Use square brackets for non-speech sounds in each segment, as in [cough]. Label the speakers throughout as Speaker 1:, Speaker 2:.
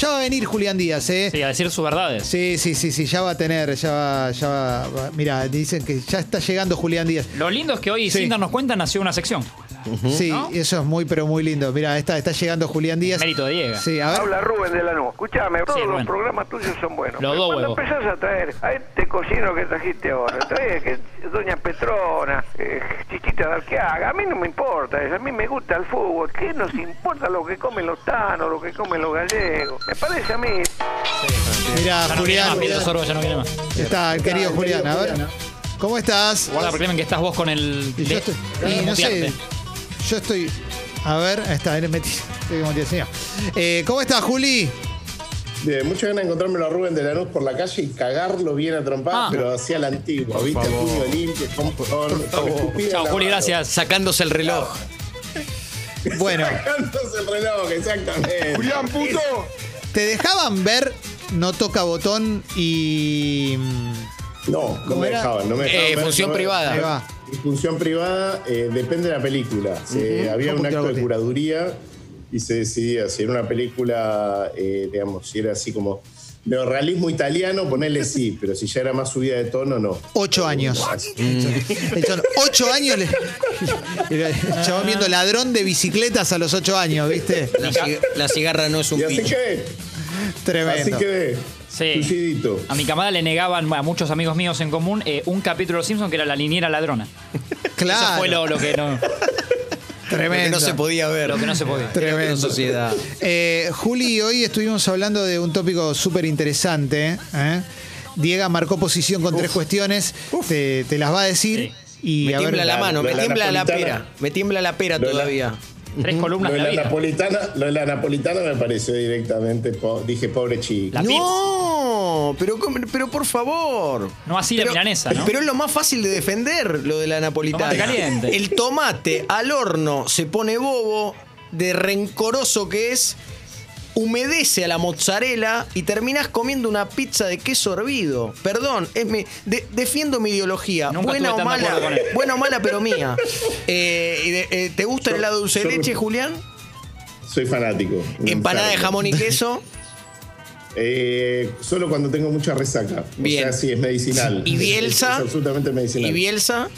Speaker 1: Ya va a venir Julián Díaz, ¿eh?
Speaker 2: Sí, a decir sus verdades.
Speaker 1: Sí, sí, sí, sí, ya va a tener, ya va, ya va. va- Mira, dicen que ya está llegando Julián Díaz.
Speaker 2: Lo lindo es que hoy,
Speaker 1: Sí.
Speaker 2: sin darnos cuenta, nació una sección.
Speaker 1: Sí,
Speaker 2: ¿No?
Speaker 1: eso es muy, pero muy lindo. Mira, está, está llegando Julián Díaz.
Speaker 2: Mérito de Diego.
Speaker 1: Sí, a ver.
Speaker 3: Habla Rubén de la Lanús. Escuchame, todos
Speaker 2: Rubén.
Speaker 3: los programas tuyos son buenos.
Speaker 2: Los
Speaker 3: Pero
Speaker 2: dos
Speaker 3: cuando
Speaker 2: huevos.
Speaker 3: empezás a traer a este cocino que trajiste ahora, traes que Doña Petrona, eh, Chiquita de Arqueaga, a mí no me importa eso, a mí me gusta el fútbol. ¿Qué nos importa lo que comen los tanos, lo que comen los gallegos? Me parece a mí.
Speaker 1: Mira,
Speaker 2: Ya Ah, no quiere
Speaker 1: Julián.
Speaker 2: más, Pedro Sorbo, ya no quiere más.
Speaker 1: Está el querido Julián, a ver. ¿Cómo estás?
Speaker 2: Guarda, proclamen que estás vos con el.
Speaker 1: Y
Speaker 2: de-
Speaker 1: yo estoy.
Speaker 2: de
Speaker 1: y no sé.
Speaker 2: mutearte.
Speaker 1: Yo
Speaker 2: eh.
Speaker 1: estoy. A ver, ahí está, eres metido. Estoy como te decía. Eh, ¿Cómo estás, Juli?
Speaker 4: Bien, mucha ganas de encontrármelo a Rubén de la Lanús por la calle y cagarlo bien a trompadas,
Speaker 2: Ah.
Speaker 4: pero hacía la antigua, ¿viste? El puño limpio, con, con, con escupida
Speaker 2: Oh, Chao,
Speaker 4: en la
Speaker 2: Juli,
Speaker 4: mano.
Speaker 2: gracias.
Speaker 5: Sacándose el reloj.
Speaker 1: Bueno,
Speaker 4: Sacándose el reloj, exactamente.
Speaker 6: Julián, puto.
Speaker 1: ¿te dejaban ver No Toca Botón y. mm,
Speaker 4: No, no
Speaker 1: ¿Cómo
Speaker 4: me
Speaker 1: era?
Speaker 4: dejaban, no me dejaban.
Speaker 5: Eh,
Speaker 4: ver,
Speaker 5: función
Speaker 4: no me-
Speaker 5: privada.
Speaker 1: Ahí va.
Speaker 4: Y Función privada, eh, depende de la película. Se-
Speaker 1: Ujú.
Speaker 4: Había
Speaker 1: Yo
Speaker 4: un
Speaker 1: apunté
Speaker 4: acto
Speaker 1: algo,
Speaker 4: de
Speaker 1: sí.
Speaker 4: curaduría y se decidía si era una película, eh, digamos, si era así como neorrealismo italiano, ponele sí, pero si ya era más subida de tono, no.
Speaker 1: Ocho años. Son- Son ocho años. Le, el chabón viendo ladrón de bicicletas a los ocho años, ¿viste?
Speaker 5: La, ciga- la cigarra no es un
Speaker 4: Y así
Speaker 5: picho.
Speaker 4: quedé, así
Speaker 1: Tremendo.
Speaker 4: quedé.
Speaker 2: Sí.
Speaker 4: Suicidito.
Speaker 2: A mi camada le negaban a muchos amigos míos en común eh, un capítulo de Simpson que era la liniera ladrona. Eso fue lo,
Speaker 1: Claro.
Speaker 2: lo que no,
Speaker 5: Que
Speaker 1: Tremendo.
Speaker 5: no se podía ver.
Speaker 2: lo que no
Speaker 1: [laughs]
Speaker 2: se podía.
Speaker 5: Tremendo.
Speaker 1: Tremendo.
Speaker 5: sociedad.
Speaker 1: Eh, Juli, hoy estuvimos hablando de un tópico súper interesante. ¿eh? Diego marcó posición con tres cuestiones. Te, te las va a decir. Y
Speaker 5: Me
Speaker 1: a ver,
Speaker 5: tiembla la
Speaker 4: la- lo
Speaker 5: mano, me
Speaker 4: de la
Speaker 5: tiembla la
Speaker 4: napolitana.
Speaker 5: pera. Me tiembla la pera
Speaker 4: Lo de la-
Speaker 5: todavía.
Speaker 2: Tres columnas
Speaker 4: Lo de,
Speaker 2: de la
Speaker 4: la
Speaker 2: vida.
Speaker 4: napolitana, lo de la napolitana me pareció directamente, po- dije, pobre chico.
Speaker 2: La pizza.
Speaker 5: No, pero, com- pero por favor.
Speaker 2: No así la milanesa, ¿no?
Speaker 5: Pero es lo más fácil de defender, lo de la napolitana.
Speaker 2: Tomate caliente.
Speaker 5: El tomate al horno se pone bobo, de rencoroso que es, humedece a la mozzarella y terminás comiendo una pizza de queso hervido. Perdón, es mi, de- defiendo mi ideología,
Speaker 2: Nunca
Speaker 5: buena
Speaker 2: estuve
Speaker 5: o
Speaker 2: tan de
Speaker 5: mala,
Speaker 2: acuerdo con él.
Speaker 5: buena o mala, pero mía. Eh, y de- eh, ¿Te gusta el helado dulce de
Speaker 4: yo-
Speaker 5: leche, Julián?
Speaker 4: Soy fanático.
Speaker 5: Empanada de
Speaker 4: Enfermo.
Speaker 5: jamón y queso.
Speaker 4: Eh, solo cuando tengo mucha resaca.
Speaker 5: Bien.
Speaker 4: O sea, sí, es medicinal.
Speaker 5: ¿Y Bielsa?
Speaker 4: Es, es absolutamente medicinal.
Speaker 5: ¿Y Bielsa?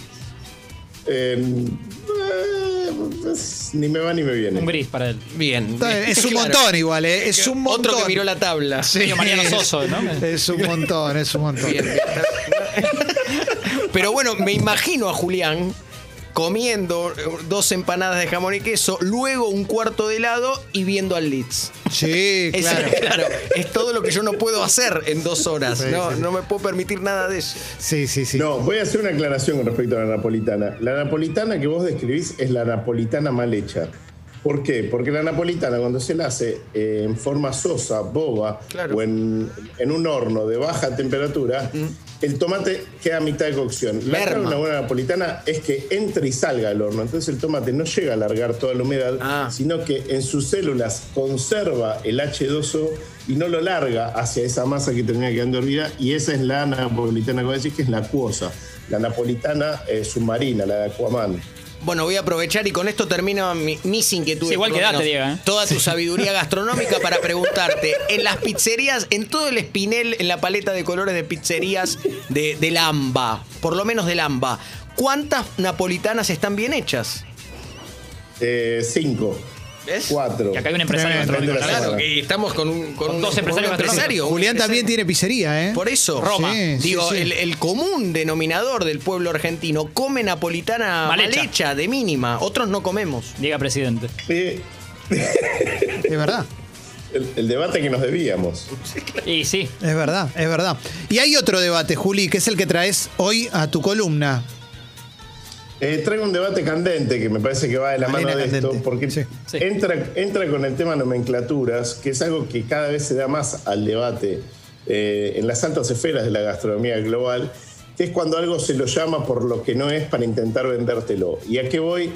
Speaker 4: Eh, eh, es- ni me va ni me
Speaker 2: Un
Speaker 4: viene.
Speaker 2: gris para él.
Speaker 5: Bien.
Speaker 1: está bien, es un
Speaker 5: Claro.
Speaker 1: montón igual, ¿eh? es un montón.
Speaker 5: Otro que miró la tabla.
Speaker 2: Medio Mariano
Speaker 1: [laughs]
Speaker 2: Soso, ¿no?
Speaker 1: Es un montón, es un montón.
Speaker 5: Bien, bien.
Speaker 1: [laughs]
Speaker 5: Pero bueno, me imagino a Julián comiendo dos empanadas de jamón y queso, luego un cuarto de helado y viendo al Leeds.
Speaker 1: Sí,
Speaker 5: Es,
Speaker 1: claro.
Speaker 5: [laughs] claro, es todo lo que yo no puedo hacer en dos horas.
Speaker 1: Sí,
Speaker 5: No,
Speaker 1: sí.
Speaker 5: no me puedo permitir nada de eso.
Speaker 1: Sí, sí, sí.
Speaker 4: No, voy a hacer una aclaración con respecto a la napolitana. La napolitana que vos describís es la napolitana mal hecha. ¿Por qué? Porque la napolitana cuando se la hace eh, en forma sosa, boba
Speaker 5: Claro.
Speaker 4: o en, en un horno de baja temperatura, el tomate queda a mitad de cocción. La clave de
Speaker 5: Merma.
Speaker 4: una buena napolitana es que entre y salga el horno. Entonces el tomate no llega a largar toda la humedad,
Speaker 5: Ah.
Speaker 4: sino que en sus células conserva el H2O y no lo larga hacia esa masa que termina quedando hervida. Y esa es la napolitana que voy a decir, que es la acuosa. La napolitana eh, submarina, la de Aquaman.
Speaker 5: Bueno, voy a aprovechar y con esto termino mi- mis inquietudes.
Speaker 2: Sí, igual
Speaker 5: por lo
Speaker 2: quedate,
Speaker 5: menos.
Speaker 2: Diego, ¿eh?
Speaker 5: Toda
Speaker 2: [laughs]
Speaker 5: tu sabiduría gastronómica para preguntarte, en las pizzerías, en todo el espinel, en la paleta de colores de pizzerías de, del AMBA, por lo menos del AMBA, ¿cuántas napolitanas están bien hechas?
Speaker 4: Eh, cinco,
Speaker 5: ¿Ves?
Speaker 4: cuatro.
Speaker 2: Que acá hay un empresario
Speaker 1: Tremendo.
Speaker 2: gastronómico. Claro.
Speaker 4: Tremendo.
Speaker 5: Claro, que estamos con un, con
Speaker 2: Con
Speaker 5: un-
Speaker 2: dos empresarios
Speaker 5: con un empresario, un
Speaker 1: Julián
Speaker 5: empresario.
Speaker 1: también tiene pizzería, ¿eh?
Speaker 5: Por eso,
Speaker 2: Roma.
Speaker 1: Sí, sí,
Speaker 5: digo,
Speaker 1: sí.
Speaker 5: El, el común denominador del pueblo argentino come napolitana
Speaker 2: Mal
Speaker 5: mal
Speaker 2: hecha.
Speaker 5: hecha, de mínima. Otros no comemos.
Speaker 2: Diga presidente.
Speaker 4: Eh,
Speaker 1: Es verdad.
Speaker 4: el, el debate que nos debíamos.
Speaker 2: Y sí.
Speaker 1: Es verdad, es verdad. Y hay otro debate, Juli, que es el que traes hoy a tu columna.
Speaker 4: Eh, traigo un debate candente que me parece que va de la
Speaker 1: Arena
Speaker 4: mano de
Speaker 1: candente,
Speaker 4: esto, porque
Speaker 1: sí.
Speaker 2: Sí.
Speaker 4: Entra, entra con el tema nomenclaturas, que es algo que cada vez se da más al debate eh, en las altas esferas de la gastronomía global, que es cuando algo se lo llama por lo que no es para intentar vendértelo. ¿Y a qué voy?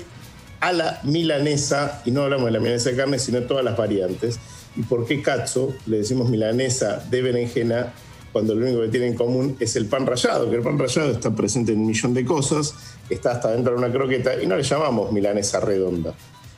Speaker 4: A la milanesa, y no hablamos de la milanesa de carne, sino todas las variantes. ¿Y por qué cazzo le decimos milanesa de berenjena cuando lo único que tiene en común es el pan rallado, que el pan rallado está presente en un millón de cosas, está hasta dentro de una croqueta y no le llamamos milanesa redonda.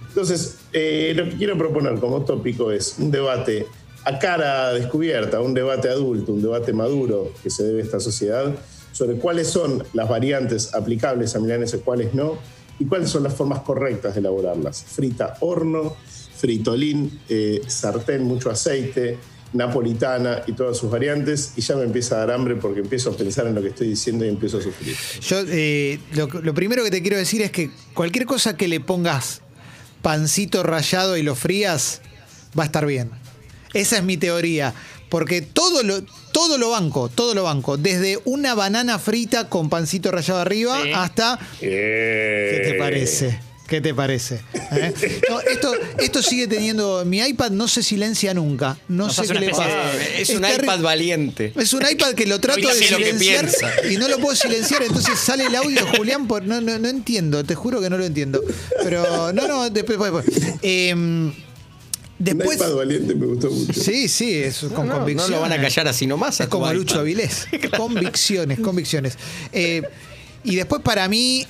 Speaker 4: Entonces, eh, lo que quiero proponer como tópico es un debate a cara descubierta, un debate adulto, un debate maduro que se debe a esta sociedad sobre cuáles son las variantes aplicables a milanesas y cuáles no, y cuáles son las formas correctas de elaborarlas. Frita horno, fritolín, eh, sartén, mucho aceite, napolitana y todas sus variantes, y ya me empieza a dar hambre porque empiezo a pensar en lo que estoy diciendo y empiezo a sufrir.
Speaker 1: Yo eh, lo, lo primero que te quiero decir es que cualquier cosa que le pongas pancito rallado y lo frías, va a estar bien. Esa es mi teoría. Porque todo lo, todo lo banco, todo lo banco. Desde una banana frita con pancito rallado arriba
Speaker 2: Sí.
Speaker 1: hasta. ¿Qué te
Speaker 4: Eh,
Speaker 1: parece? ¿Qué te parece? ¿Eh? No, esto, esto sigue teniendo. Mi iPad no se silencia nunca. No
Speaker 2: Nos
Speaker 1: sé
Speaker 2: hace
Speaker 1: qué
Speaker 2: una
Speaker 1: le
Speaker 2: especie
Speaker 1: pasa.
Speaker 2: de-
Speaker 5: Ah, Es un
Speaker 1: terrible.
Speaker 5: iPad valiente.
Speaker 1: Es un iPad que lo trato
Speaker 2: Ahorita
Speaker 1: de
Speaker 2: sé lo que
Speaker 1: silenciar
Speaker 5: piensa.
Speaker 1: y no lo puedo silenciar, entonces sale el audio, Julián, por, no, no, no entiendo, te juro que no lo entiendo. Pero no, no, después... Después... Em,
Speaker 4: Un
Speaker 1: después-
Speaker 4: iPad valiente me gustó mucho.
Speaker 1: sí, sí, es con
Speaker 5: No, no,
Speaker 1: convicción.
Speaker 5: no lo van a callar así nomás a
Speaker 1: Es
Speaker 5: tu
Speaker 1: como
Speaker 5: iPad.
Speaker 1: Lucho
Speaker 5: [laughs]
Speaker 1: Avilés. Convicciones, convicciones. Eh, y después para mí,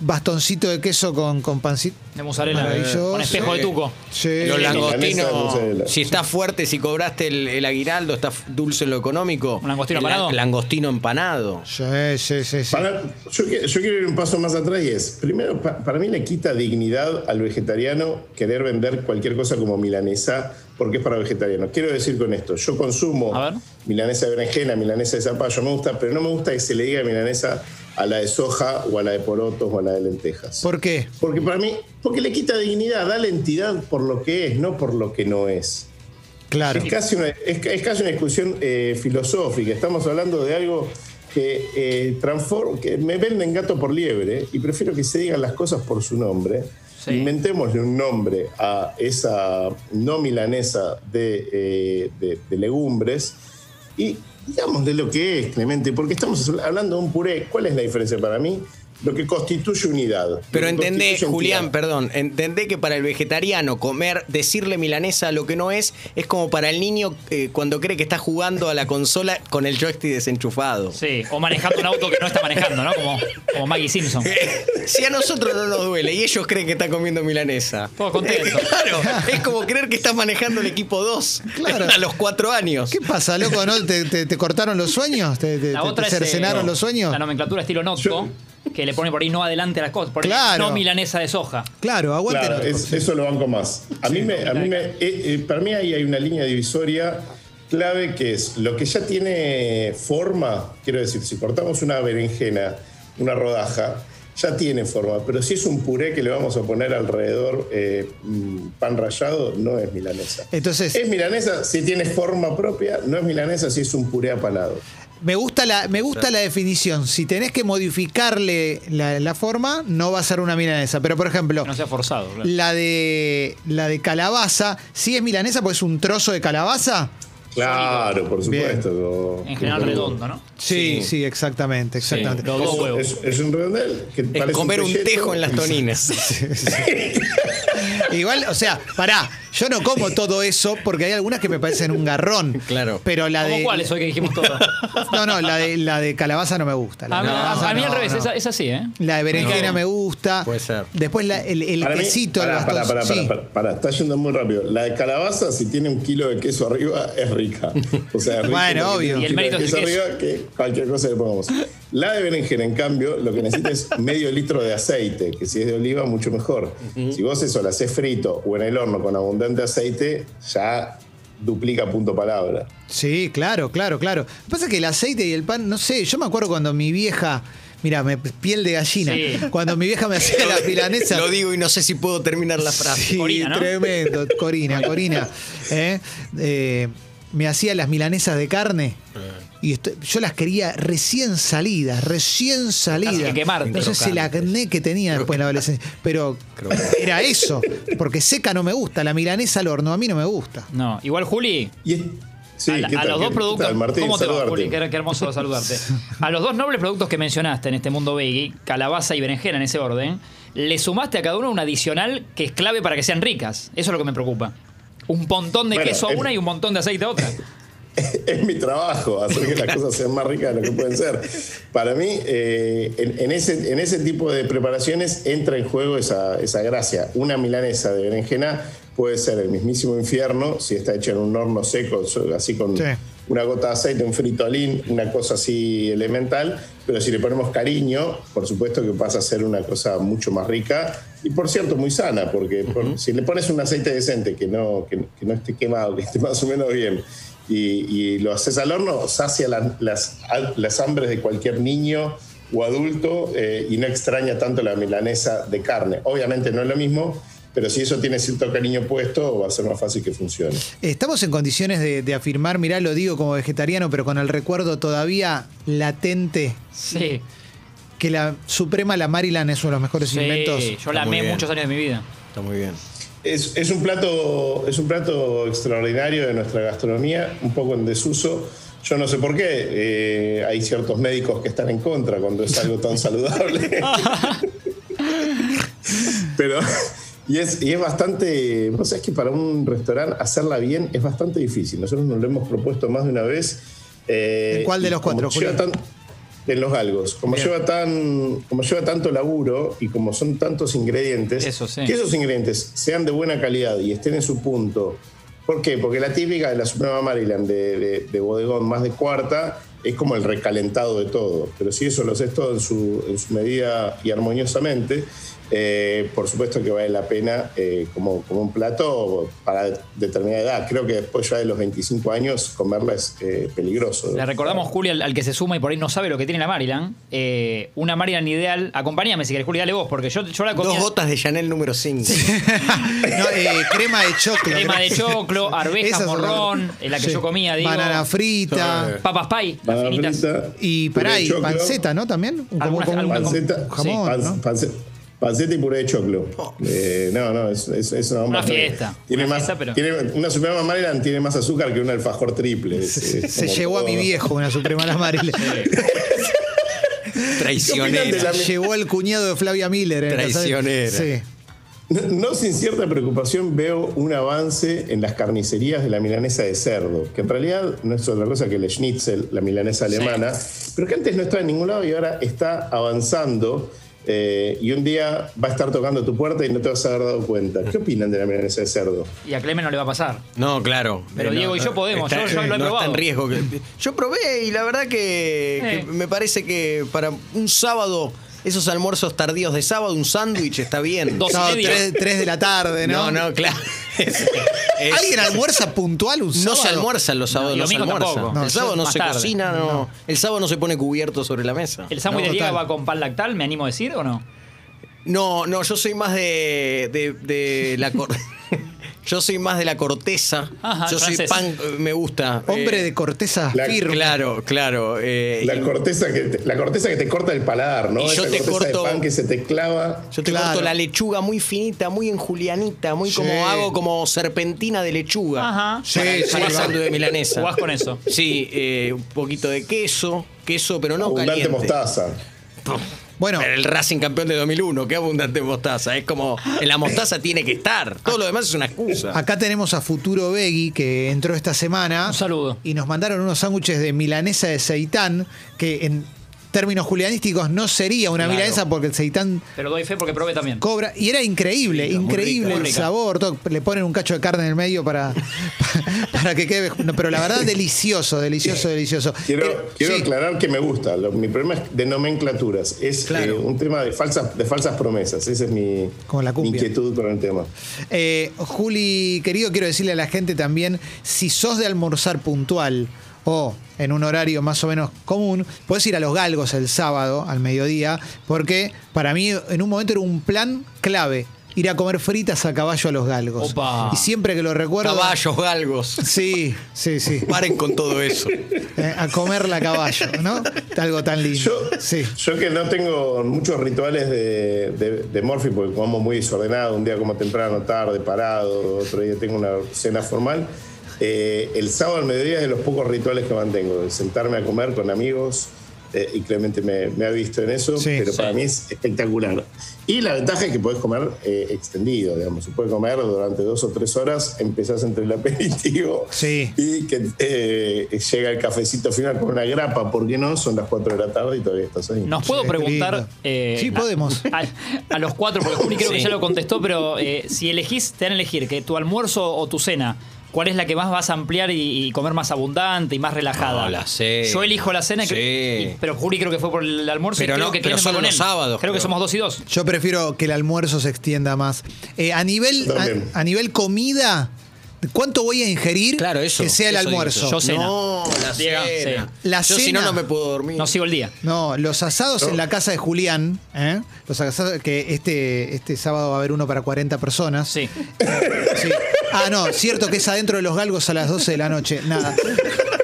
Speaker 1: bastoncito de queso con, con pancito.
Speaker 2: De mozzarella.
Speaker 1: Maravilloso.
Speaker 2: Con espejo de tuco.
Speaker 1: Sí.
Speaker 4: Milanesa
Speaker 5: Los
Speaker 4: de mozzarella.
Speaker 5: langostinos, si está fuerte, si cobraste el, el aguinaldo, está f- dulce en lo económico.
Speaker 2: ¿Un langostino
Speaker 5: el la-
Speaker 2: empanado?
Speaker 5: Langostino empanado.
Speaker 1: Sí, sí, sí, sí.
Speaker 4: Para- yo, qui- yo quiero ir un paso más atrás y es, primero, pa- para mí le quita dignidad al vegetariano querer vender cualquier cosa como milanesa porque es para vegetarianos. Quiero decir con esto, yo consumo
Speaker 2: A ver.
Speaker 4: milanesa de berenjena, milanesa de zapallo, me gusta, pero no me gusta que se le diga milanesa a la de soja o a la de porotos o a la de lentejas.
Speaker 1: ¿Por qué?
Speaker 4: Porque para mí, porque le quita dignidad, da la entidad por lo que es, no por lo que no es.
Speaker 1: Claro.
Speaker 4: Es casi una, es, es casi una discusión eh, filosófica. Estamos hablando de algo que, eh, transfor- que me venden gato por liebre y prefiero que se digan las cosas por su nombre.
Speaker 2: Sí.
Speaker 4: Inventémosle un nombre a esa no milanesa de, eh, de- de legumbres y digamos de lo que es, Clemente, porque estamos hablando de un puré. ¿Cuál es la diferencia para mí? Lo que constituye unidad. lo
Speaker 5: Pero
Speaker 4: que
Speaker 5: entendé,
Speaker 4: constituye
Speaker 5: Julián,
Speaker 4: entidad.
Speaker 5: perdón, entendé que para el vegetariano comer, decirle milanesa a lo que no es, es como para el niño eh, cuando cree que está jugando a la consola con el joystick desenchufado.
Speaker 2: Sí, o manejando un auto que no está manejando, ¿no? Como, como Maggie Simpson.
Speaker 5: [laughs]
Speaker 1: Eh,
Speaker 5: Si a nosotros no nos duele y ellos creen que están comiendo milanesa.
Speaker 2: Todo contento.
Speaker 5: [laughs] Claro, es como creer que estás manejando el equipo 2
Speaker 1: Claro.
Speaker 5: a los 4 años.
Speaker 1: ¿Qué pasa, loco? ¿No? ¿Te, te- te cortaron los sueños? ¿Te, te-
Speaker 2: La
Speaker 1: te-
Speaker 2: otra
Speaker 1: te
Speaker 2: es. eh,
Speaker 1: cercenaron los sueños?
Speaker 2: La nomenclatura estilo Notco, que le pone por ahí no adelante las cosas. Por ahí
Speaker 1: Claro.
Speaker 2: no milanesa de soja.
Speaker 1: Claro, aguante.
Speaker 4: Claro,
Speaker 1: Narcos.
Speaker 4: es- eso lo banco más. A mí me, a mí me- eh, eh, para mí ahí hay una línea divisoria clave que es lo que ya tiene forma, quiero decir, si cortamos una berenjena, una rodaja, ya tiene forma, pero si es un puré que le vamos a poner alrededor eh, mm, pan rallado, no es milanesa.
Speaker 1: Entonces,
Speaker 4: Es milanesa si tiene forma propia, no es milanesa si es un puré apanado.
Speaker 1: me gusta, la, me gusta la definición. Si tenés que modificarle la, la forma, no va a ser una milanesa. Pero, por ejemplo,
Speaker 2: Que no sea forzado. claro.
Speaker 1: la de, la de calabaza, si es milanesa porque es un trozo de calabaza?
Speaker 4: Claro, por
Speaker 1: Bien.
Speaker 4: supuesto. no-
Speaker 2: En general redondo, ¿no?
Speaker 1: Sí, sí, exactamente, exactamente.
Speaker 2: Los dos huevos.
Speaker 4: Es, es un redondel que
Speaker 5: Es
Speaker 4: parece
Speaker 5: comer un
Speaker 4: pelleto.
Speaker 5: tejo en
Speaker 1: [laughs]
Speaker 5: las toninas.
Speaker 1: Igual, o sea, pará, yo no como todo eso porque hay algunas que me parecen un garrón.
Speaker 5: Claro.
Speaker 1: Pero la
Speaker 2: ¿Cómo
Speaker 1: de.
Speaker 2: cuál es hoy que dijimos todas?
Speaker 1: No, no, la de, la de calabaza [laughs] no me gusta. La
Speaker 2: A
Speaker 1: de
Speaker 2: mí, a-
Speaker 1: calabaza
Speaker 2: a mí al
Speaker 1: no,
Speaker 2: revés,
Speaker 1: no.
Speaker 2: esa, esa sí, ¿eh?
Speaker 1: La de berenjena
Speaker 2: No.
Speaker 1: me gusta.
Speaker 5: Puede ser.
Speaker 1: Después la- el, el
Speaker 4: Para mí-
Speaker 1: quesito, el
Speaker 4: pará,
Speaker 1: bastón.
Speaker 4: pará, pará,
Speaker 1: sí.
Speaker 4: pará, pará, pará, está yendo muy rápido. La de calabaza, si tiene un kilo de queso arriba,
Speaker 1: [laughs]
Speaker 4: es rica. O sea, es rica
Speaker 1: Bueno,
Speaker 4: porque
Speaker 1: obvio.
Speaker 4: tiene un
Speaker 2: Y el
Speaker 4: kilo
Speaker 2: mérito
Speaker 4: de
Speaker 2: es
Speaker 4: queso
Speaker 2: el queso.
Speaker 4: arriba que cualquier cosa le pongamos. La de berenjena, en cambio, lo que necesita es medio litro de aceite, que si es de oliva, mucho mejor. Si vos eso la haces frito o en el horno con abundante aceite, ya duplica punto palabra.
Speaker 1: Sí, claro, claro, claro. Lo que pasa es que el aceite y el pan, no sé, yo me acuerdo cuando mi vieja. Mira, me, piel de gallina.
Speaker 2: Sí.
Speaker 1: Cuando mi vieja me hacía la milanesa.
Speaker 5: Lo digo y no sé si puedo terminar la frase.
Speaker 1: Sí,
Speaker 2: Corina, ¿no? [laughs]
Speaker 1: tremendo. Corina, Corina. ¿eh? Eh, me hacía las milanesas de carne. Y esto- yo las quería recién salidas, recién salidas.
Speaker 2: que quemarte.
Speaker 1: No sé si el acné que tenía después en la adolescencia. Pero era eso. Porque seca no me gusta. La milanesa al horno a mí no me gusta.
Speaker 2: No, igual Juli,
Speaker 4: Y es- sí,
Speaker 2: a, la-
Speaker 4: ¿qué
Speaker 2: a
Speaker 4: tal?
Speaker 2: los
Speaker 4: ¿Qué-
Speaker 2: dos
Speaker 4: qué
Speaker 2: productos.
Speaker 4: tal, Martín?
Speaker 2: ¿Cómo te va,
Speaker 4: Saludarte.
Speaker 2: Juli? Qué, qué hermoso
Speaker 4: [laughs]
Speaker 2: saludarte. A los dos nobles productos que mencionaste en este mundo veggie, calabaza y berenjena en ese orden, le sumaste a cada uno un adicional que es clave para que sean ricas. Eso es lo que me preocupa. Un montón de
Speaker 4: Bueno,
Speaker 2: queso a
Speaker 4: es-
Speaker 2: una y un montón de aceite a
Speaker 4: [laughs]
Speaker 2: otra.
Speaker 4: es mi trabajo, hacer que las cosas sean más ricas de lo que pueden ser. Para mí, eh, en, en ese, en ese tipo de preparaciones entra en juego esa, esa gracia. Una milanesa de berenjena puede ser el mismísimo infierno si está hecho en un horno seco, so- así con
Speaker 1: Sí.
Speaker 4: una gota de aceite, un fritolín, una cosa así elemental, pero si le ponemos cariño, por supuesto que pasa a ser una cosa mucho más rica y por cierto muy sana, porque por- si le pones un aceite decente que no, que, que no esté quemado, que esté más o menos bien, y, y lo haces al horno, sacia la- las, las hambres de cualquier niño o adulto eh, y no extraña tanto la milanesa de carne. Obviamente no es lo mismo, pero si eso tiene cierto cariño puesto, va a ser más fácil que funcione.
Speaker 1: Estamos en condiciones de, de afirmar, mirá, lo digo como vegetariano, pero con el recuerdo todavía latente
Speaker 2: Sí.
Speaker 1: que la Suprema, la Maryland es uno de los mejores
Speaker 2: Sí,
Speaker 1: inventos.
Speaker 2: yo la
Speaker 5: Está muy
Speaker 2: amé
Speaker 5: bien.
Speaker 2: muchos años de mi vida.
Speaker 5: Está muy bien.
Speaker 4: Es, es un plato, es un plato extraordinario de nuestra gastronomía, un poco en desuso. Yo no sé por qué, eh, hay ciertos médicos que están en contra cuando es algo
Speaker 1: [laughs]
Speaker 4: tan saludable. Pero, y es, y es bastante, vos sabés que para un restaurante hacerla bien es bastante difícil. Nosotros nos lo hemos propuesto más de una vez. eh,
Speaker 1: ¿En cuál de
Speaker 4: y
Speaker 1: los
Speaker 4: como
Speaker 1: cuatro,
Speaker 4: lleva
Speaker 1: Julián?
Speaker 4: tan- en los galgos. Como
Speaker 2: Bien.
Speaker 4: lleva, tan, como lleva tanto laburo y como son tantos ingredientes,
Speaker 2: Eso sí.
Speaker 4: que esos ingredientes sean de buena calidad y estén en su punto. ¿Por qué? Porque la típica de la Suprema Maryland de, de- de bodegón más de cuarta es como el recalentado de todo. Pero si eso lo haces todo en su, en su medida y armoniosamente, eh, por supuesto que vale la pena eh, como, como un plato para determinada edad. Creo que después ya de los 25 años comerla es eh, peligroso.
Speaker 2: Le recordamos, Juli, al, al que se suma y por ahí no sabe lo que tiene la Maryland. eh, una Maryland ideal. Acompáñame si querés, Juli, dale vos, porque yo, yo la comía.
Speaker 5: Dos gotas de Chanel número 5.
Speaker 1: [laughs] No, eh, crema de choclo.
Speaker 2: Crema de choclo, arvejas,
Speaker 1: [laughs] Esa es otra.
Speaker 2: morrón, eh, la que
Speaker 1: Sí.
Speaker 2: yo comía, digo.
Speaker 1: Banana frita.
Speaker 2: Papas pie, las
Speaker 4: Banana
Speaker 2: finitas.
Speaker 4: frita,
Speaker 1: Y
Speaker 4: puré
Speaker 1: pará,
Speaker 4: de
Speaker 1: y
Speaker 4: choclo,
Speaker 1: panceta, ¿no? También. Un-
Speaker 2: Algunas- algunas-
Speaker 4: Panceta,
Speaker 1: jamón,
Speaker 4: pan-
Speaker 1: ¿no?
Speaker 4: pance- panceta y puré de choclo. Eh, no, no, es, es- es una bomba.
Speaker 2: Una fiesta.
Speaker 4: Tiene
Speaker 2: Una
Speaker 4: más,
Speaker 2: fiesta, pero-
Speaker 4: tiene- una Suprema Maryland tiene más azúcar que un alfajor triple. Es-
Speaker 5: Ah,
Speaker 4: es
Speaker 1: Se
Speaker 4: como
Speaker 1: llevó a
Speaker 4: todo.
Speaker 1: mi viejo una Suprema, la Maryland.
Speaker 4: ¿Qué opinan de
Speaker 5: Traicionera.
Speaker 4: la-
Speaker 1: Llevó al cuñado de Flavia Miller. ¿eh?
Speaker 5: Traicionera.
Speaker 1: Sí.
Speaker 4: No sin cierta preocupación veo un avance en las carnicerías de la milanesa de cerdo, que en realidad no es otra cosa que el schnitzel, la milanesa alemana, pero que antes no estaba en ningún lado y ahora está avanzando eh, y un día va a estar tocando tu puerta y no te vas a haber dado cuenta. ¿Qué opinan de la milanesa de cerdo?
Speaker 2: Y a Clemen no le va a pasar.
Speaker 5: No, claro.
Speaker 2: Pero
Speaker 5: Eh, no,
Speaker 2: Diego y yo
Speaker 5: no,
Speaker 2: podemos,
Speaker 5: está-
Speaker 2: yo- yo lo he
Speaker 5: no
Speaker 2: probado.
Speaker 5: Está en riesgo. que- Yo probé y la verdad que, que
Speaker 2: Eh.
Speaker 5: me parece que para un sábado, esos almuerzos tardíos de sábado, un sándwich está bien.
Speaker 2: Dos y
Speaker 1: No,
Speaker 2: media.
Speaker 1: tres, tres de la tarde, ¿no?
Speaker 5: No, no, claro. Es- es-
Speaker 1: ¿Alguien almuerza puntual un
Speaker 5: no
Speaker 1: sábado?
Speaker 5: se almuerzan los sábados,
Speaker 2: y
Speaker 5: no, se
Speaker 2: domingo
Speaker 5: almuerza.
Speaker 2: tampoco. No,
Speaker 5: el sábado no
Speaker 2: más
Speaker 5: se
Speaker 2: tarde.
Speaker 5: cocina, no. El sábado no se pone cubierto sobre la mesa.
Speaker 2: ¿El sándwich
Speaker 1: No,
Speaker 2: de Diego
Speaker 1: total.
Speaker 2: va con pan lactal, me animo a decir o no?
Speaker 5: No, no, yo soy más de, de- de
Speaker 2: [laughs]
Speaker 5: la cor- Yo soy más de la corteza.
Speaker 2: Ajá,
Speaker 5: yo soy
Speaker 2: francés.
Speaker 5: pan, eh, me gusta.
Speaker 1: Hombre
Speaker 5: Eh,
Speaker 1: de corteza
Speaker 4: la-
Speaker 1: firme.
Speaker 5: Claro, claro. eh,
Speaker 4: La corteza, que te, la corteza que te corta el paladar, ¿no?
Speaker 5: Y
Speaker 4: Esa
Speaker 5: yo te
Speaker 4: corteza
Speaker 5: corto-
Speaker 4: de pan que se te clava.
Speaker 5: Yo te
Speaker 1: Claro.
Speaker 5: corto la lechuga muy finita, muy en julianita, muy
Speaker 1: Sí.
Speaker 5: como hago como serpentina de lechuga.
Speaker 2: Ajá.
Speaker 1: Sí,
Speaker 5: para,
Speaker 1: sí,
Speaker 5: para
Speaker 1: va.
Speaker 5: sándwich de milanesa.
Speaker 2: Jugás con eso.
Speaker 5: Sí, eh, un poquito de queso, queso, pero no
Speaker 4: abundante
Speaker 5: caliente.
Speaker 4: mostaza.
Speaker 1: Bueno,
Speaker 5: Pero el Racing campeón de 2001, qué abundante mostaza. Es como, en la mostaza tiene que estar. Todo lo demás es una excusa.
Speaker 1: acá tenemos a Futuro Begui que entró esta semana.
Speaker 2: Un saludo.
Speaker 1: Y nos mandaron unos sándwiches de milanesa de seitán, que en términos julianísticos no sería una
Speaker 5: Claro.
Speaker 1: milanesa porque el seitán
Speaker 2: Pero doy fe porque probé también.
Speaker 1: cobra. Y era increíble,
Speaker 5: Rica, muy
Speaker 1: increíble
Speaker 5: rica,
Speaker 1: el
Speaker 5: muy rica.
Speaker 1: sabor. todo. le ponen un cacho de carne en el medio para, [laughs] para, que quede. no, pero la verdad, delicioso, delicioso, delicioso.
Speaker 4: Quiero,
Speaker 1: Eh,
Speaker 4: quiero
Speaker 1: sí.
Speaker 4: aclarar que me gusta. Lo- mi problema es de nomenclaturas. Es
Speaker 5: Claro.
Speaker 4: eh, un tema de falsas, de falsas promesas. Esa es mi,
Speaker 1: Como la
Speaker 4: mi
Speaker 1: cumbia.
Speaker 4: inquietud con el tema.
Speaker 1: Eh, Juli, querido, quiero decirle a la gente también, si sos de almorzar puntual o en un horario más o menos común, puedes ir a los galgos el sábado al mediodía, porque para mí en un momento era un plan clave, ir a comer fritas a caballo a los galgos.
Speaker 2: Opa.
Speaker 1: Y siempre que lo recuerdo...
Speaker 5: Caballos, galgos.
Speaker 1: Sí, sí, sí.
Speaker 5: Paren con todo eso.
Speaker 1: Eh, a comerla a caballo, ¿no? Algo tan lindo.
Speaker 4: Yo,
Speaker 1: sí.
Speaker 4: yo que no tengo muchos rituales de, de, de Morphy, porque como muy desordenado, un día como temprano, tarde, parado, otro día tengo una cena formal. eh, el sábado al mediodía es de los pocos rituales que mantengo, de sentarme a comer con amigos, eh, y Clemente me, me ha visto en eso,
Speaker 1: Sí,
Speaker 4: pero
Speaker 1: sí.
Speaker 4: para mí es espectacular. Y la ventaja es que podés comer eh, extendido, digamos, se puede comer durante dos o tres horas, empezás entre el aperitivo
Speaker 1: Sí.
Speaker 4: y que eh, llega el cafecito final con una grapa, ¿por qué no? Son las 4 de la tarde y todavía estás ahí.
Speaker 2: Nos puedo
Speaker 1: Qué
Speaker 2: preguntar.
Speaker 1: lindo.
Speaker 2: eh,
Speaker 1: Sí, podemos.
Speaker 2: A, a los cuatro, porque Juli creo que
Speaker 5: Sí.
Speaker 2: ya lo contestó, pero eh, si elegís, te van a elegir que tu almuerzo o tu cena, ¿cuál es la que más vas a ampliar y, y comer más abundante y más relajada?
Speaker 5: No, la cena.
Speaker 2: Yo elijo la cena, y cre-
Speaker 5: Sí.
Speaker 2: y- pero Juli creo que fue por el almuerzo. y
Speaker 5: Pero
Speaker 2: creo
Speaker 5: no,
Speaker 2: que
Speaker 5: pero
Speaker 2: Clemen va
Speaker 5: solo
Speaker 2: con
Speaker 5: los
Speaker 2: él.
Speaker 5: sábados,
Speaker 2: Creo que
Speaker 5: creo.
Speaker 2: somos dos y dos.
Speaker 1: Yo prefiero que el almuerzo se extienda más. Eh, a, nivel,
Speaker 4: También.
Speaker 1: a, a nivel comida, ¿cuánto voy a ingerir
Speaker 5: Claro, eso.
Speaker 1: que sea el
Speaker 5: eso digo
Speaker 1: almuerzo?
Speaker 2: Yo cena.
Speaker 5: No, la
Speaker 2: Diego,
Speaker 5: cena.
Speaker 2: sí.
Speaker 1: La
Speaker 5: Yo si
Speaker 1: cena.
Speaker 5: no, no me puedo dormir.
Speaker 2: No sigo el día.
Speaker 1: No, los asados
Speaker 4: No.
Speaker 1: en la casa de Julián, ¿eh? los asados que este, este sábado va a haber uno para 40 personas.
Speaker 2: Sí.
Speaker 1: Sí. Ah, no, cierto que es adentro de los galgos a las 12 de la noche. Nada.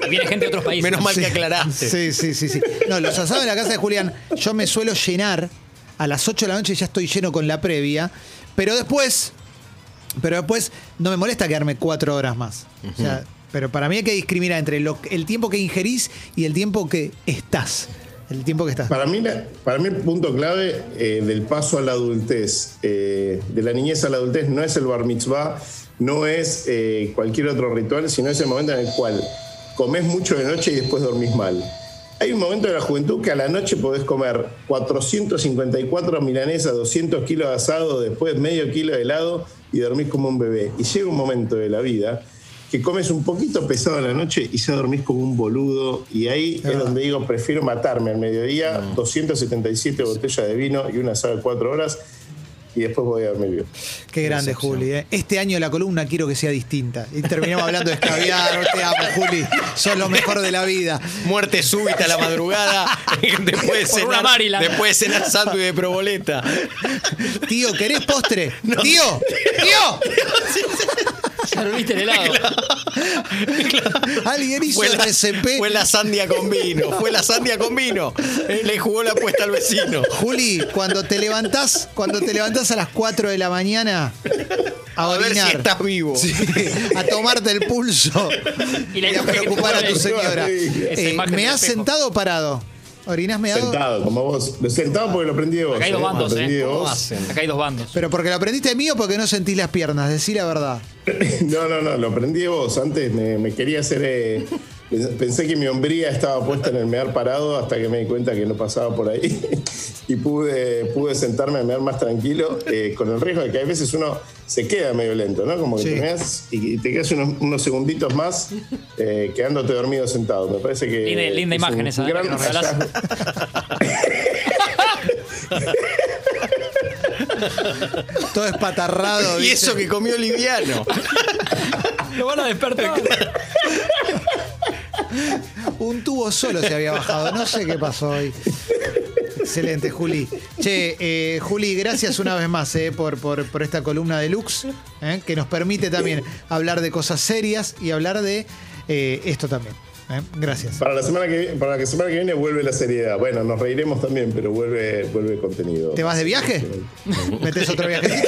Speaker 2: Y viene gente de otros países.
Speaker 5: Menos mal
Speaker 2: Sí.
Speaker 5: que aclaraste.
Speaker 1: Sí, sí, sí, sí. No, los asados en la casa de Julián, yo me suelo llenar a las 8 de la noche ya estoy lleno con la previa, pero después, pero después no me molesta quedarme cuatro horas más. O sea, pero para mí hay que discriminar entre lo- el tiempo que ingerís y el tiempo que estás. El tiempo que estás.
Speaker 4: Para mí, la- para mí el punto clave eh, del paso a la adultez, eh, de la niñez a la adultez, no es el bar mitzvah, no es eh, cualquier otro ritual, sino es el momento en el cual comes mucho de noche y después dormís mal. Hay un momento de la juventud que a la noche podés comer 454 milanesas, 200 kilos de asado, después medio kilo de helado y dormís como un bebé. Y llega un momento de la vida que comes un poquito pesado a la noche y ya dormís como un boludo. Y ahí es donde digo, prefiero matarme al mediodía, 277 botellas de vino y una asado de 4 horas y después voy a dormir bien.
Speaker 1: Qué grande, Juli. ¿eh? Este año la columna quiero que sea distinta. Y terminamos hablando de escabiar. Te amo, Juli. Sos lo mejor de la vida.
Speaker 5: Muerte súbita a la madrugada. [laughs] después, de
Speaker 2: Por una
Speaker 5: cenar,
Speaker 2: Maryland.
Speaker 5: después de cenar sándwich de proboleta.
Speaker 1: Tío, ¿querés postre? ¡Tío! ¡Tío!
Speaker 2: Ya lo viste el helado.
Speaker 1: Alguien hizo
Speaker 5: Fue la,
Speaker 1: RCP.
Speaker 5: fue la sandia con vino. Fue la sandia con vino. Eh, Le jugó la apuesta al vecino.
Speaker 1: Juli, cuando te levantás, cuando te levantás a las 4 de la mañana a,
Speaker 5: A ver si
Speaker 1: orinar,
Speaker 5: estás vivo.
Speaker 1: Sí, a tomarte el pulso
Speaker 2: Y
Speaker 1: y,
Speaker 2: la
Speaker 1: a
Speaker 2: imagen que
Speaker 4: [laughs]
Speaker 1: preocupar a
Speaker 2: pone-
Speaker 1: tu señora.
Speaker 4: Esa
Speaker 1: Eh,
Speaker 2: imagen
Speaker 1: ¿Me
Speaker 2: del
Speaker 1: has
Speaker 2: espejo.
Speaker 1: sentado o parado? ¿Orinás meado?
Speaker 4: Sentado, como vos. Sentado porque lo aprendí de vos.
Speaker 2: Acá hay dos
Speaker 4: ¿eh?
Speaker 2: bandos,
Speaker 4: Lo aprendí
Speaker 2: ¿eh?
Speaker 4: de
Speaker 2: ¿Cómo
Speaker 4: vos.
Speaker 5: hacen?
Speaker 2: Acá hay dos bandos.
Speaker 1: ¿Pero porque lo aprendiste de mí o porque no sentís las piernas? Decí la verdad.
Speaker 4: [laughs] No, no, no, lo aprendí de vos. Antes me, me quería hacer. eh, pensé que mi hombría estaba puesta en el mear parado hasta que me di cuenta que no pasaba por ahí. [laughs] Y pude, pude sentarme a mear más tranquilo, eh, con el riesgo de que a veces uno se queda medio lento, ¿no? Como que
Speaker 1: Sí.
Speaker 4: te meas y, y te quedas unos, unos segunditos más eh, quedándote dormido sentado. Me parece
Speaker 1: Eh,
Speaker 4: que.
Speaker 2: Linda, linda
Speaker 4: es
Speaker 2: imagen
Speaker 4: un
Speaker 2: esa. ¿eh?
Speaker 4: gran
Speaker 2: que nos regalás.
Speaker 4: hallazgo.
Speaker 1: Todo espatarrado.
Speaker 5: [laughs] Y
Speaker 1: ¿viste?
Speaker 5: eso que comió liviano.
Speaker 2: Lo van a despertar.
Speaker 1: [laughs] Un tubo solo se había bajado. No sé qué pasó hoy. Excelente, Juli. Che, eh, Juli, gracias una vez más eh, por, por- por esta columna de Lux, eh, que nos permite también hablar de cosas serias y hablar de eh, esto también. eh. Gracias.
Speaker 4: Para la, semana que, vi- para la semana que viene vuelve la seriedad. Bueno, nos reiremos también, pero vuelve, vuelve contenido.
Speaker 1: ¿Te vas de viaje? ¿Metes otro viaje?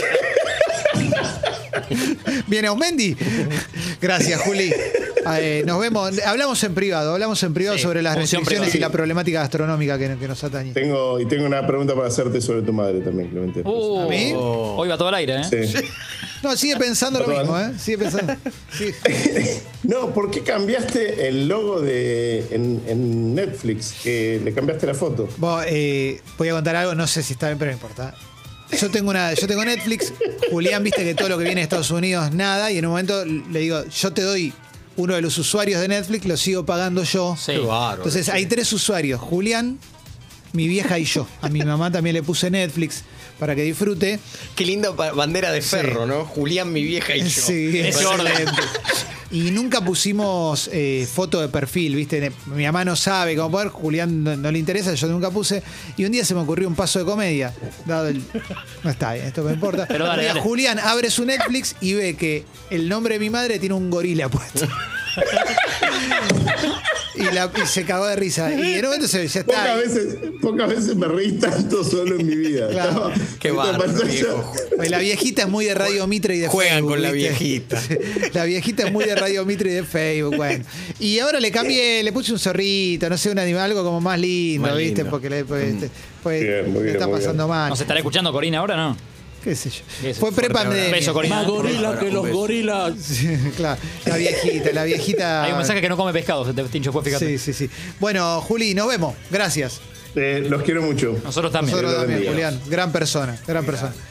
Speaker 1: Viene Aumendi. Gracias, Juli. Eh, nos vemos. Hablamos en privado. Hablamos en privado
Speaker 2: Sí,
Speaker 1: sobre las
Speaker 2: función
Speaker 1: restricciones
Speaker 2: privada.
Speaker 1: y la problemática gastronómica que, que nos atañe.
Speaker 4: Tengo, y tengo una pregunta para hacerte sobre tu madre también, Clemente.
Speaker 2: Uh,
Speaker 1: ¿A mí?
Speaker 2: Hoy va todo al aire, ¿eh?
Speaker 4: Sí.
Speaker 1: No, sigue pensando lo
Speaker 4: Perdón.
Speaker 1: mismo, ¿eh? Sigue pensando. Sí.
Speaker 4: No, ¿por qué cambiaste el logo de en, en Netflix? Que le cambiaste la foto.
Speaker 1: Vos, eh, voy a contar algo, no sé si está bien, pero no importa. Yo tengo una, yo tengo Netflix, Julián, viste que todo lo que viene de Estados Unidos, nada, y en un momento le digo, yo te doy uno de los usuarios de Netflix, lo sigo pagando yo.
Speaker 2: Sí.
Speaker 5: Qué bárbaro.
Speaker 1: Entonces hay tres usuarios, Julián, mi vieja y yo. A mi mamá también le puse Netflix para que disfrute.
Speaker 5: Qué linda pa- bandera de ferro, ¿no? Julián, mi vieja y yo.
Speaker 1: Sí,
Speaker 2: Ese orden.
Speaker 1: excelente. Y nunca pusimos eh, foto de perfil, ¿viste? Mi mamá no sabe cómo poner, Julián no, no le interesa, yo nunca puse. Y un día se me ocurrió un paso de comedia. Dado el- no está bien, esto me importa.
Speaker 2: Pero
Speaker 1: Un
Speaker 2: dale,
Speaker 1: día
Speaker 2: dale.
Speaker 1: Julián abre su Netflix y
Speaker 2: [laughs]
Speaker 1: ve que el nombre de mi madre tiene un gorila puesto. y, la- y se cagó de risa. Y en un momento se ya está.
Speaker 4: Pocas veces, pocas veces me reí tanto solo en mi vida.
Speaker 1: Claro.
Speaker 4: ¿no?
Speaker 5: Qué
Speaker 4: Esta
Speaker 5: bárbaro,
Speaker 4: pantalla-
Speaker 5: viejo.
Speaker 1: Pues La viejita es muy de Radio Mitre y de
Speaker 5: Juegan
Speaker 1: Facebook.
Speaker 5: con la
Speaker 1: ¿viste?
Speaker 5: viejita.
Speaker 1: [laughs] La viejita es muy de Radio Mitre y de Facebook, bueno. Y ahora le cambié, le puse un zorrito, no sé, un animal, algo como más lindo,
Speaker 5: Más
Speaker 1: ¿viste?
Speaker 5: lindo. Mm.
Speaker 1: Porque le, pues, este, pues,
Speaker 4: Bien, muy
Speaker 1: le
Speaker 4: bien,
Speaker 1: está
Speaker 4: muy
Speaker 1: pasando mal.
Speaker 2: ¿Nos estará escuchando Corina ahora no?
Speaker 1: qué sé yo.
Speaker 2: Qué sé
Speaker 1: Fue
Speaker 2: yo.
Speaker 1: prepandemia.
Speaker 2: Beso, Corina.
Speaker 6: Más
Speaker 1: [laughs]
Speaker 6: gorila que los gorilas.
Speaker 1: Claro, la viejita, la viejita.
Speaker 2: Hay un mensaje que no come pescado, se te tincho, pues fíjate.
Speaker 1: Ah. Sí, sí, sí. Bueno, Juli, nos vemos. Gracias.
Speaker 4: Eh, los quiero mucho.
Speaker 2: Nosotros también.
Speaker 1: Nosotros
Speaker 4: Dios lo
Speaker 1: también,
Speaker 4: bendiga.
Speaker 1: Julián. Gran persona, gran persona.